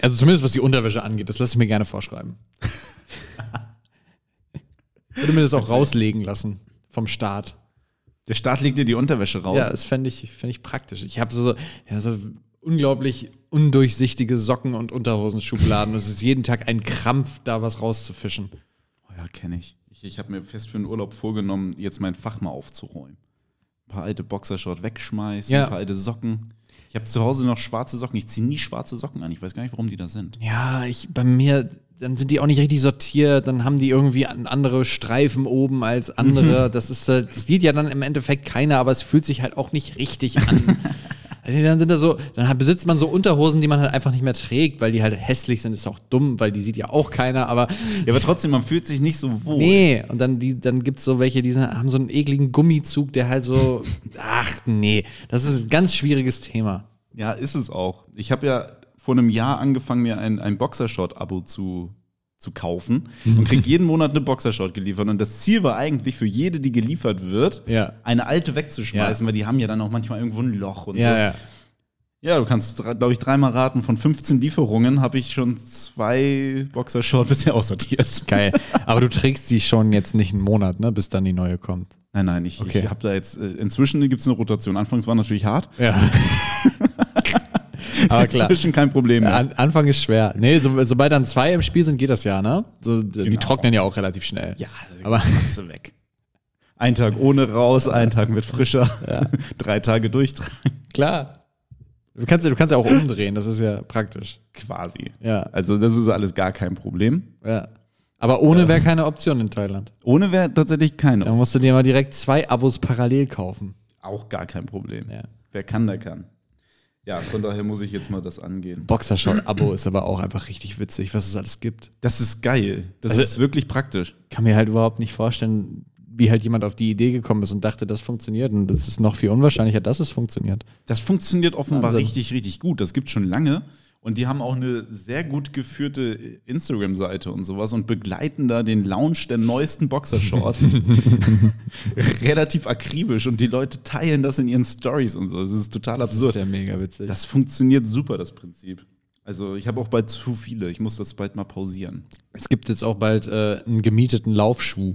Speaker 3: also zumindest was die Unterwäsche angeht, das lasse ich mir gerne vorschreiben. Würde mir das auch rauslegen lassen vom Staat.
Speaker 2: Der Staat legt dir die Unterwäsche raus.
Speaker 3: Ja, das fände ich, fänd ich praktisch. Ich habe so, ja, so unglaublich undurchsichtige Socken- und Unterhosenschubladen. Und es ist jeden Tag ein Krampf, da was rauszufischen.
Speaker 2: oh, ja kenne ich. Ich, ich habe mir fest für den Urlaub vorgenommen, jetzt mein Fach mal aufzuräumen. Ein paar alte Boxershort wegschmeißen,
Speaker 3: Ja.
Speaker 2: ein paar alte Socken. Ich habe zu Hause noch schwarze Socken. Ich ziehe nie schwarze Socken an. Ich weiß gar nicht, warum die da sind.
Speaker 3: Ja, ich, bei mir, dann sind die auch nicht richtig sortiert, dann haben die irgendwie an- andere Streifen oben als andere. Das ist, äh, das sieht ja dann im Endeffekt keiner, aber es fühlt sich halt auch nicht richtig an. Also dann sind da so, dann hat- besitzt man so Unterhosen, die man halt einfach nicht mehr trägt, weil die halt hässlich sind, ist auch dumm, weil die sieht ja auch keiner, aber
Speaker 2: Ja, aber trotzdem, man fühlt sich nicht so wohl.
Speaker 3: nee, und dann, die, dann gibt's so welche, die sind- haben so einen ekligen Gummizug, der halt so, ach nee, das ist ein ganz schwieriges Thema.
Speaker 2: Ja, ist es auch. Ich habe ja vor einem Jahr angefangen, mir ein, ein Boxershort-Abo zu, zu kaufen
Speaker 3: Mhm.
Speaker 2: und krieg jeden Monat eine Boxershort geliefert. Und das Ziel war eigentlich, für jede, die geliefert wird,
Speaker 3: Ja.
Speaker 2: eine alte wegzuschmeißen,
Speaker 3: Ja.
Speaker 2: weil die haben ja dann auch manchmal irgendwo ein Loch und so.
Speaker 3: Ja, ja.
Speaker 2: Ja, du kannst, glaube ich, dreimal raten. Von 15 Lieferungen habe ich schon zwei Boxershort bisher aussortiert.
Speaker 3: Geil. Aber du trägst die schon jetzt nicht einen Monat, ne, bis dann die neue kommt.
Speaker 2: Nein, nein, ich,
Speaker 3: Okay.
Speaker 2: ich habe da jetzt, äh, inzwischen gibt's eine Rotation. Anfangs war natürlich hart,
Speaker 3: Ja. Aber Ah, klar.
Speaker 2: inzwischen kein Problem mehr.
Speaker 3: An, Anfang ist schwer. Nee, so, sobald dann zwei im Spiel sind, geht das ja, ne? So, Die
Speaker 2: Genau.
Speaker 3: trocknen ja auch relativ schnell.
Speaker 2: Ja,
Speaker 3: aber
Speaker 2: machst du weg. Ein Tag ohne raus, ein Tag mit frischer, drei Tage durchtragen.
Speaker 3: klar. Du kannst, ja- du kannst ja auch umdrehen, das ist ja praktisch.
Speaker 2: Quasi.
Speaker 3: Ja,
Speaker 2: Also das ist alles gar kein Problem.
Speaker 3: ja. Aber ohne wäre keine Option in Thailand.
Speaker 2: Ohne wäre tatsächlich
Speaker 3: Da
Speaker 2: keine.
Speaker 3: musst du dir mal direkt zwei Abos parallel kaufen.
Speaker 2: Auch gar kein Problem.
Speaker 3: Ja.
Speaker 2: Wer kann, der kann. Ja, von daher muss ich jetzt mal das angehen.
Speaker 3: Boxershot-Abo ist aber auch einfach richtig witzig, was es alles gibt.
Speaker 2: Das ist geil. Das
Speaker 3: Also-
Speaker 2: ist wirklich praktisch.
Speaker 3: kann mir halt überhaupt nicht vorstellen, wie halt jemand auf die Idee gekommen ist und dachte, das funktioniert. Und es ist noch viel unwahrscheinlicher, dass es funktioniert.
Speaker 2: Das funktioniert offenbar
Speaker 3: Wahnsinn.
Speaker 2: richtig, richtig gut. Das gibt schon lange. Und die haben auch eine sehr gut geführte Instagram-Seite und sowas und begleiten da den Launch der neuesten Boxershort relativ akribisch und die Leute teilen das in ihren Stories und so. Das ist total absurd.
Speaker 3: ja mega witzig.
Speaker 2: Das funktioniert super, das Prinzip. Also ich habe auch bald zu viele. Ich muss das bald mal pausieren.
Speaker 3: es gibt jetzt auch bald äh, einen gemieteten Laufschuh.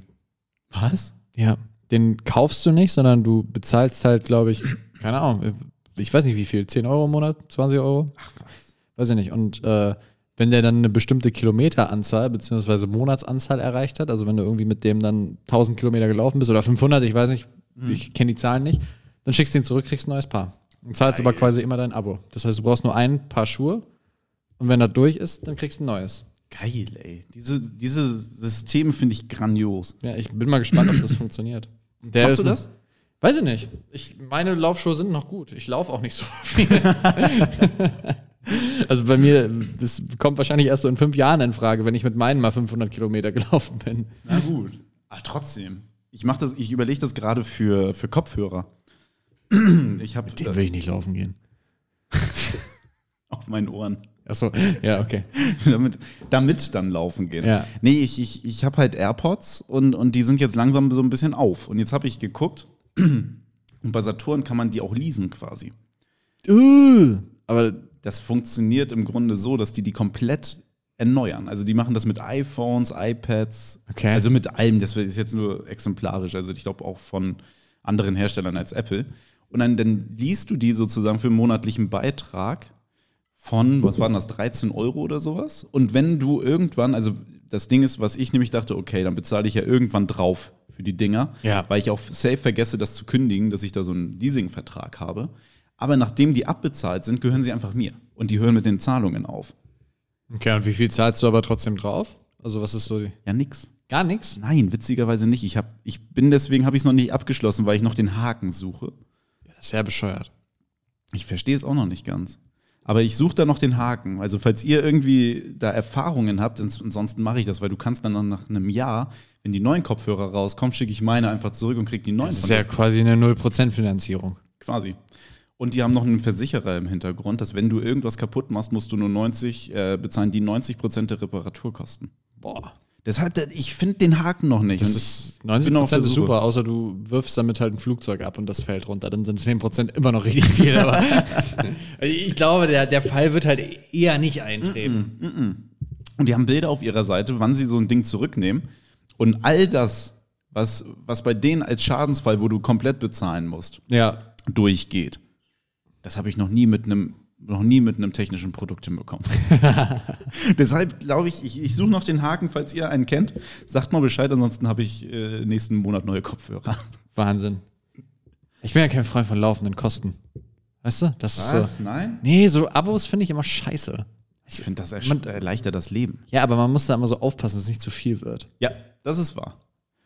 Speaker 2: Was?
Speaker 3: Ja. Den kaufst du nicht, sondern du bezahlst halt, glaube ich, keine Ahnung, äh, ich weiß nicht wie viel, 10 Euro im Monat, 20 Euro? Ach was. Weiß ich nicht. Und äh, wenn der dann eine bestimmte Kilometeranzahl beziehungsweise Monatsanzahl erreicht hat, also wenn du irgendwie mit dem dann 1000 Kilometer gelaufen bist oder 500, ich weiß nicht, ich kenne die Zahlen nicht, dann schickst du ihn zurück, kriegst ein neues Paar. Und zahlst aber quasi immer dein Abo. Das heißt, du brauchst nur ein Paar Schuhe und wenn das durch ist, dann kriegst du ein neues.
Speaker 2: Geil, ey. Diese, diese Systeme finde ich grandios.
Speaker 3: Ja, ich bin mal gespannt, ob das funktioniert. Der
Speaker 2: Machst du
Speaker 3: ist-
Speaker 2: das?
Speaker 3: Weiß ich nicht. Ich, meine Laufschuhe sind noch gut. Ich laufe auch nicht so viel. also bei mir, das kommt wahrscheinlich erst so in fünf Jahren in Frage, wenn ich mit meinen mal 500 Kilometer gelaufen bin.
Speaker 2: Na gut. Aber trotzdem. Ich mach das, ich überlege das gerade für, für Kopfhörer. Ich habe
Speaker 3: will ich nicht laufen gehen.
Speaker 2: auf meinen Ohren.
Speaker 3: Achso, ja, okay.
Speaker 2: damit, damit dann laufen gehen.
Speaker 3: Ja.
Speaker 2: Nee, ich, ich, ich habe halt AirPods und, und die sind jetzt langsam so ein bisschen auf. Und jetzt habe ich geguckt, und bei Saturn kann man die auch leasen quasi.
Speaker 3: Uh. Aber
Speaker 2: Das funktioniert im Grunde so, dass die die komplett erneuern. Also die machen das mit iPhones, iPads,
Speaker 3: Okay.
Speaker 2: also mit allem. Das ist jetzt nur exemplarisch. Also ich glaube auch von anderen Herstellern als Apple. Und dann, dann liest du die sozusagen für einen monatlichen Beitrag von, was waren das, 13 Euro oder sowas. Und wenn du irgendwann, also das Ding ist, was ich nämlich dachte, okay, dann bezahle ich ja irgendwann drauf für die Dinger,
Speaker 3: Ja.
Speaker 2: weil ich auch safe vergesse, das zu kündigen, dass ich da so einen Leasingvertrag habe. Aber nachdem die abbezahlt sind, gehören sie einfach mir. Und die hören mit den Zahlungen auf.
Speaker 3: okay, und wie viel zahlst du aber trotzdem drauf? Also was ist so die...
Speaker 2: Ja, nix.
Speaker 3: Gar nichts?
Speaker 2: Nein, witzigerweise nicht. Ich, hab, ich bin deswegen, habe ich es noch nicht abgeschlossen, weil ich noch den Haken suche.
Speaker 3: Das ist ja bescheuert.
Speaker 2: Ich verstehe es auch noch nicht ganz. Aber ich suche da noch den Haken. Also falls ihr irgendwie da Erfahrungen habt, ans- ansonsten mache ich das, weil du kannst dann nach einem Jahr, wenn die neuen Kopfhörer rauskommen, schicke ich meine einfach zurück und krieg die neuen
Speaker 3: Das ist
Speaker 2: von
Speaker 3: ja
Speaker 2: dir.
Speaker 3: quasi eine 0% Finanzierung.
Speaker 2: quasi. Und die haben noch einen Versicherer im Hintergrund, dass wenn du irgendwas kaputt machst, musst du nur 90 äh, bezahlen die 90 Prozent der Reparaturkosten.
Speaker 3: Boah.
Speaker 2: Deshalb, äh, ich finde den Haken noch nicht.
Speaker 3: Das
Speaker 2: Und
Speaker 3: ist
Speaker 2: bin
Speaker 3: 90
Speaker 2: auf der
Speaker 3: Prozent ist
Speaker 2: Suche.
Speaker 3: super, außer du wirfst damit halt ein Flugzeug ab und das fällt runter. Dann sind 10 Prozent immer noch richtig viel. Aber Also ich glaube, der, der Fall wird halt eher nicht eintreten.
Speaker 2: Und die haben Bilder auf ihrer Seite, wann sie so ein Ding zurücknehmen. Und all das, was, was bei denen als Schadensfall, wo du komplett bezahlen musst,
Speaker 3: Ja.
Speaker 2: durchgeht, das habe ich noch nie mit einem noch nie mit einem technischen Produkt hinbekommen. Deshalb glaube ich, ich, ich suche noch den Haken, falls ihr einen kennt. Sagt mal Bescheid, ansonsten habe ich äh, nächsten Monat neue Kopfhörer.
Speaker 3: Wahnsinn. Ich bin ja kein Freund von laufenden Kosten. Weißt du? Das ist so.
Speaker 2: Nein?
Speaker 3: Nee, so Abos finde ich immer scheiße.
Speaker 2: Ich finde, das erst- erleichtert das Leben.
Speaker 3: Ja, aber man muss da immer so aufpassen, dass es nicht zu viel wird.
Speaker 2: Ja, das ist wahr.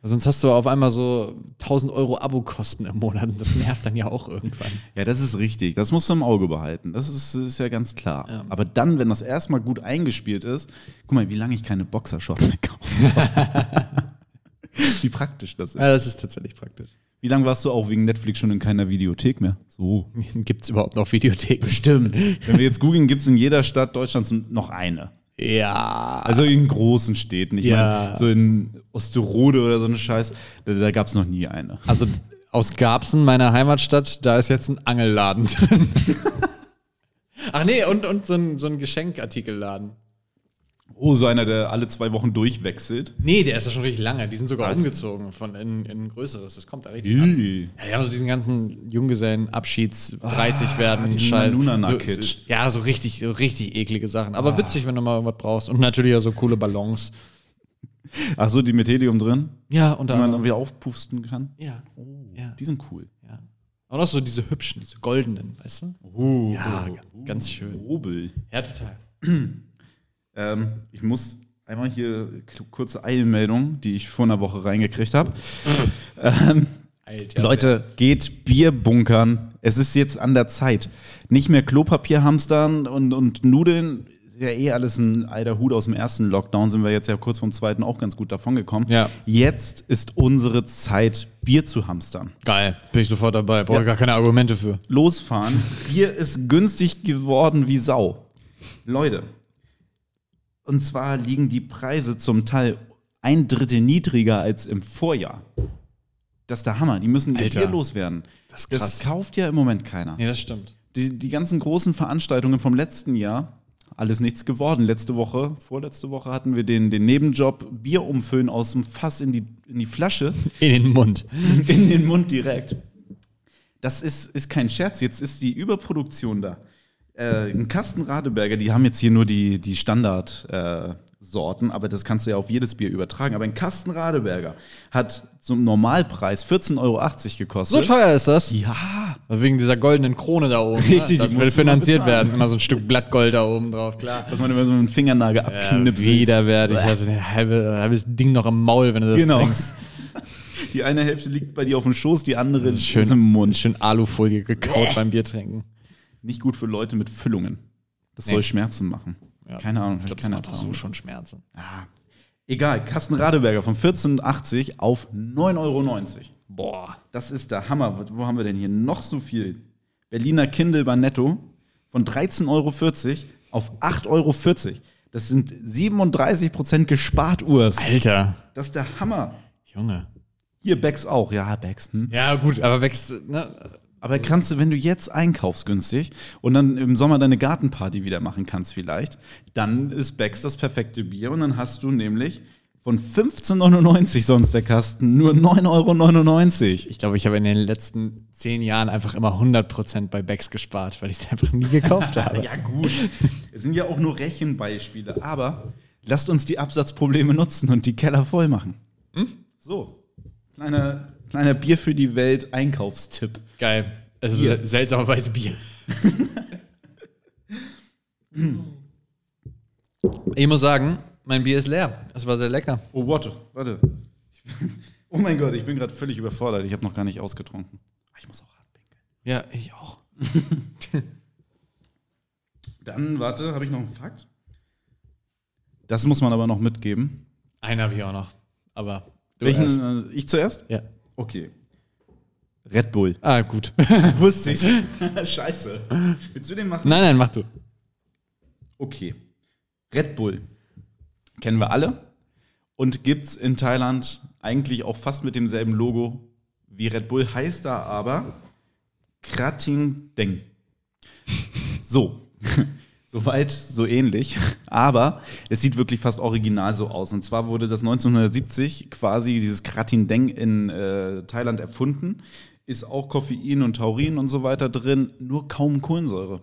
Speaker 3: Weil Sonst hast du auf einmal so 1000 Euro Abokosten im Monat und das nervt dann ja auch irgendwann.
Speaker 2: Ja, das ist richtig. Das musst du im Auge behalten. Das ist, ist ja ganz klar.
Speaker 3: Ja.
Speaker 2: Aber dann, wenn das erstmal gut eingespielt ist, guck mal, wie lange ich keine Boxershorts mehr kaufe. wie praktisch das ist.
Speaker 3: Ja, das ist tatsächlich praktisch.
Speaker 2: Wie lange warst du auch wegen Netflix schon in keiner Videothek mehr? So.
Speaker 3: Gibt es überhaupt noch Videotheken?
Speaker 2: Stimmt. Wenn wir jetzt googeln, gibt es in jeder Stadt Deutschlands noch eine.
Speaker 3: Ja.
Speaker 2: Also in großen Städten. Ich
Speaker 3: Ja.
Speaker 2: meine, so in Osterode oder so eine Scheiß, da, da gab es noch nie eine.
Speaker 3: Also aus Garbsen, meiner Heimatstadt, da ist jetzt ein Angelladen drin. Ach nee, und, und so, ein, so ein Geschenkartikelladen.
Speaker 2: Oh, so einer, der alle zwei Wochen durchwechselt.
Speaker 3: Nee, der ist ja schon richtig lange. Die sind sogar
Speaker 2: Was?
Speaker 3: umgezogen von in, in ein größeres. Das kommt da richtig an.
Speaker 2: Ih.
Speaker 3: Ja, die haben so diesen ganzen Junggesellenabschieds 30
Speaker 2: Ah,
Speaker 3: werden
Speaker 2: diesen
Speaker 3: Scheiß.
Speaker 2: Nanunana-Kitsch.
Speaker 3: So- so- Ja, so richtig, so richtig eklige Sachen.
Speaker 2: Ah.
Speaker 3: Aber witzig, wenn du mal irgendwas brauchst. Und natürlich auch so coole Ballons.
Speaker 2: Ach so, die mit Helium drin,
Speaker 3: Ja, unter
Speaker 2: die man dann
Speaker 3: anderem.
Speaker 2: wieder aufpusten kann.
Speaker 3: Ja. ja.
Speaker 2: Die sind cool.
Speaker 3: ja. Und auch so diese hübschen, diese goldenen, weißt du?
Speaker 2: Oh,
Speaker 3: Ja, ganz, ganz schön.
Speaker 2: Obel.
Speaker 3: Ja, total.
Speaker 2: Ähm, ich muss einmal hier k- kurze Eilmeldung, die ich vor einer Woche reingekriegt habe. ähm,
Speaker 3: Alter.
Speaker 2: Leute, geht Bier bunkern. Es ist jetzt an der Zeit. Nicht mehr Klopapier hamstern und, und Nudeln. Ist Ja, eh alles ein alter Hut aus dem ersten Lockdown. Sind wir jetzt ja kurz vom zweiten auch ganz gut davon gekommen.
Speaker 3: Ja.
Speaker 2: Jetzt ist unsere Zeit, Bier zu hamstern.
Speaker 3: Geil, bin ich sofort dabei. Brauche ich gar keine Argumente für.
Speaker 2: Losfahren. Bier ist günstig geworden wie Sau. Leute, und zwar liegen die Preise zum Teil ein Drittel niedriger als im Vorjahr. Das ist der Hammer. Die müssen
Speaker 3: Alter.
Speaker 2: hier loswerden.
Speaker 3: Das ist krass.
Speaker 2: Das kauft ja im Moment keiner.
Speaker 3: Nee, das stimmt.
Speaker 2: Die, die ganzen großen Veranstaltungen vom letzten Jahr, alles nichts geworden. Letzte Woche, vorletzte Woche hatten wir den, den Nebenjob Bier umfüllen aus dem Fass in die, in die Flasche,
Speaker 3: In den Mund.
Speaker 2: in den Mund direkt. Das ist, ist kein Scherz. Jetzt ist die Überproduktion da. Äh, ein Kasten Radeberger, die haben jetzt hier nur die, die Standardsorten, äh, Sorten, aber das kannst du ja auf jedes Bier übertragen. Aber ein Kasten Radeberger hat zum Normalpreis 14,80 Euro
Speaker 3: So
Speaker 2: gekostet.
Speaker 3: teuer ist das.
Speaker 2: Ja,
Speaker 3: Wegen dieser goldenen Krone da oben.
Speaker 2: Richtig,
Speaker 3: ne?
Speaker 2: die
Speaker 3: Das will
Speaker 2: musst du mal
Speaker 3: finanziert
Speaker 2: bezahlen.
Speaker 3: werden. Immer so ein Stück Blattgold da oben drauf, klar.
Speaker 2: dass man immer so mit dem Fingernagel abknipselt.
Speaker 3: widerwärtig. Also ein halbe, halbes Ding noch im Maul, wenn du das
Speaker 2: Genau.
Speaker 3: trinkst.
Speaker 2: Die eine Hälfte liegt bei dir auf dem Schoß, die andere
Speaker 3: Schön,
Speaker 2: ist im Mund.
Speaker 3: schön Alufolie gekaut beim Bier trinken.
Speaker 2: Nicht gut für Leute mit Füllungen. Das
Speaker 3: Nee.
Speaker 2: soll Schmerzen machen.
Speaker 3: Ja.
Speaker 2: Keine Ahnung,
Speaker 3: Ich
Speaker 2: ich
Speaker 3: glaube, das
Speaker 2: keine
Speaker 3: macht auch so
Speaker 2: Erfahrung.
Speaker 3: schon Schmerzen.
Speaker 2: Egal, Carsten Radeberger von 14,80 auf 9,90 Euro.
Speaker 3: Boah.
Speaker 2: Das ist der Hammer. Wo- Wo haben wir denn hier noch so viel? Berliner Kindle bei Netto von 13,40 Euro auf 8,40 Euro. Das sind 37% gespart, Urs.
Speaker 3: Alter.
Speaker 2: Das ist der Hammer.
Speaker 3: Junge.
Speaker 2: Hier Becks auch. Ja, Becks. Hm?
Speaker 3: Ja, gut, aber wächst. Ne?
Speaker 2: Aber kannst du, wenn du jetzt einkaufst günstig und dann im Sommer deine Gartenparty wieder machen kannst vielleicht, dann ist Becks das perfekte Bier und dann hast du nämlich von 15,99 sonst der Kasten nur 9,99 Euro.
Speaker 3: Ich glaube, ich habe in den letzten zehn Jahren einfach immer 100% bei Becks gespart, weil ich es einfach nie gekauft habe.
Speaker 2: Ja gut, es sind ja auch nur Rechenbeispiele, aber lasst uns die Absatzprobleme nutzen und die Keller voll machen. So, kleiner, kleiner Bier für die Welt Einkaufstipp.
Speaker 3: Geil. Es ist
Speaker 2: Bier.
Speaker 3: seltsamerweise Bier. ich muss sagen, mein Bier ist leer. Es war sehr lecker.
Speaker 2: Oh, warte, warte. Oh mein Gott, ich bin gerade völlig überfordert. Ich habe noch gar nicht ausgetrunken. Ah, Ich muss auch hart pinkeln.
Speaker 3: Ja, ich auch.
Speaker 2: Dann, warte, habe ich noch einen Fakt? Das muss man aber noch mitgeben.
Speaker 3: Einen habe ich auch noch. Aber du
Speaker 2: Welchen,
Speaker 3: erst.
Speaker 2: äh, ich zuerst?
Speaker 3: Ja.
Speaker 2: Okay. Red Bull.
Speaker 3: Ah, gut.
Speaker 2: Wusste ich. Scheiße. Willst du den machen?
Speaker 3: nein, nein, mach du.
Speaker 2: Okay. Red Bull. Kennen wir alle. Und gibt es in Thailand eigentlich auch fast mit demselben Logo wie Red Bull, heißt da aber Krating Deng. So. Soweit, so ähnlich. Aber es sieht wirklich fast original so aus. Und zwar wurde das 1970 quasi, dieses Kratin Deng in äh, Thailand erfunden. Ist auch Koffein und Taurin und so weiter drin, nur kaum Kohlensäure.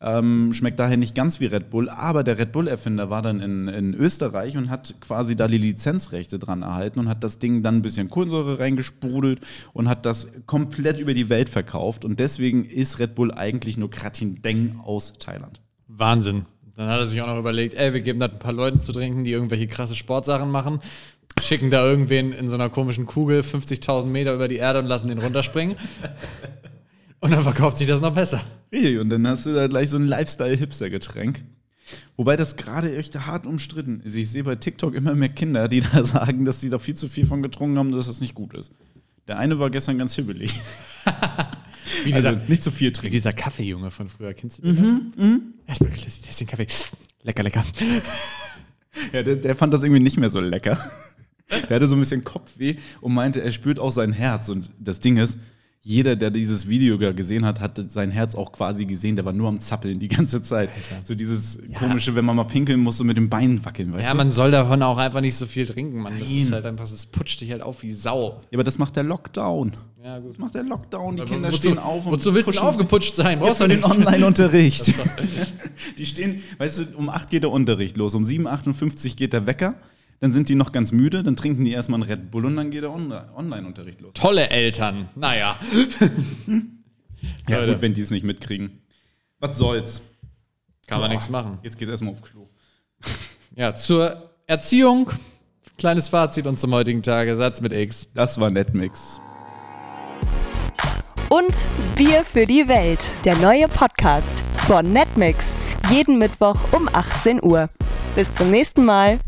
Speaker 2: Ähm, schmeckt daher nicht ganz wie Red Bull, aber der Red Bull-Erfinder war dann in, in Österreich und hat quasi da die Lizenzrechte dran erhalten und hat das Ding dann ein bisschen Kohlensäure reingesprudelt und hat das komplett über die Welt verkauft. Und deswegen ist Red Bull eigentlich nur Kratin Deng aus Thailand.
Speaker 3: Wahnsinn. Dann hat er sich auch noch überlegt, ey, wir geben das ein paar Leuten zu trinken, die irgendwelche krasse Sportsachen machen, schicken da irgendwen in so einer komischen Kugel 50.000 Meter über die Erde und lassen den runterspringen. Und dann verkauft sich das noch besser.
Speaker 2: Richtig, und dann hast du da gleich so ein Lifestyle-Hipster-Getränk. Wobei das gerade echt hart umstritten ist. Ich sehe bei TikTok immer mehr Kinder, die da sagen, dass die da viel zu viel von getrunken haben, dass das nicht gut ist. Der eine war gestern ganz hibbelig.
Speaker 3: Wie
Speaker 2: Also
Speaker 3: dieser,
Speaker 2: nicht zu viel
Speaker 3: wie
Speaker 2: trinken.
Speaker 3: dieser Kaffeejunge von früher, kennst du den? Mhm, Erstmal das ist den Kaffee. Lecker, lecker.
Speaker 2: Ja, der, der fand das irgendwie nicht mehr so lecker. Der hatte so ein bisschen Kopfweh und meinte, er spürt auch sein Herz. Und das Ding ist, jeder, der dieses Video da gesehen hat, hat sein Herz auch quasi gesehen. Der war nur am Zappeln die ganze Zeit. So dieses komische, wenn man mal pinkeln muss, so mit den Beinen wackeln, weißt
Speaker 3: Ja,
Speaker 2: du?
Speaker 3: man soll davon auch einfach nicht so viel trinken, Mann. Das ist
Speaker 2: Nein.
Speaker 3: halt einfach, das putscht dich halt auf wie Sau.
Speaker 2: Ja, aber das macht der Lockdown.
Speaker 3: Ja, gut.
Speaker 2: Das macht der Lockdown. Die
Speaker 3: Aber
Speaker 2: Kinder
Speaker 3: wozu-
Speaker 2: stehen auf und
Speaker 3: Wozu willst du denn
Speaker 2: pushen
Speaker 3: aufgeputscht sein?
Speaker 2: Ja,
Speaker 3: Brauchst du
Speaker 2: für den
Speaker 3: nichts.
Speaker 2: Online-Unterricht. die stehen, weißt du, um 8 geht der Unterricht los, um 7,58 geht der Wecker, dann sind die noch ganz müde, dann trinken die erstmal einen Red Bull und dann geht der On- Online-Unterricht los.
Speaker 3: Tolle Eltern. Naja.
Speaker 2: Ja,
Speaker 3: Leute.
Speaker 2: gut, wenn die es nicht mitkriegen. Was soll's?
Speaker 3: Kann man
Speaker 2: Boah,
Speaker 3: nichts machen.
Speaker 2: Jetzt geht's erstmal auf Klo.
Speaker 3: Ja, zur Erziehung. Kleines Fazit und zum heutigen Tage. Satz mit X.
Speaker 2: Das war Netmix.
Speaker 1: Und Bier für die Welt, der neue Podcast von Netmix. Jeden Mittwoch um 18 Uhr. Bis zum nächsten Mal.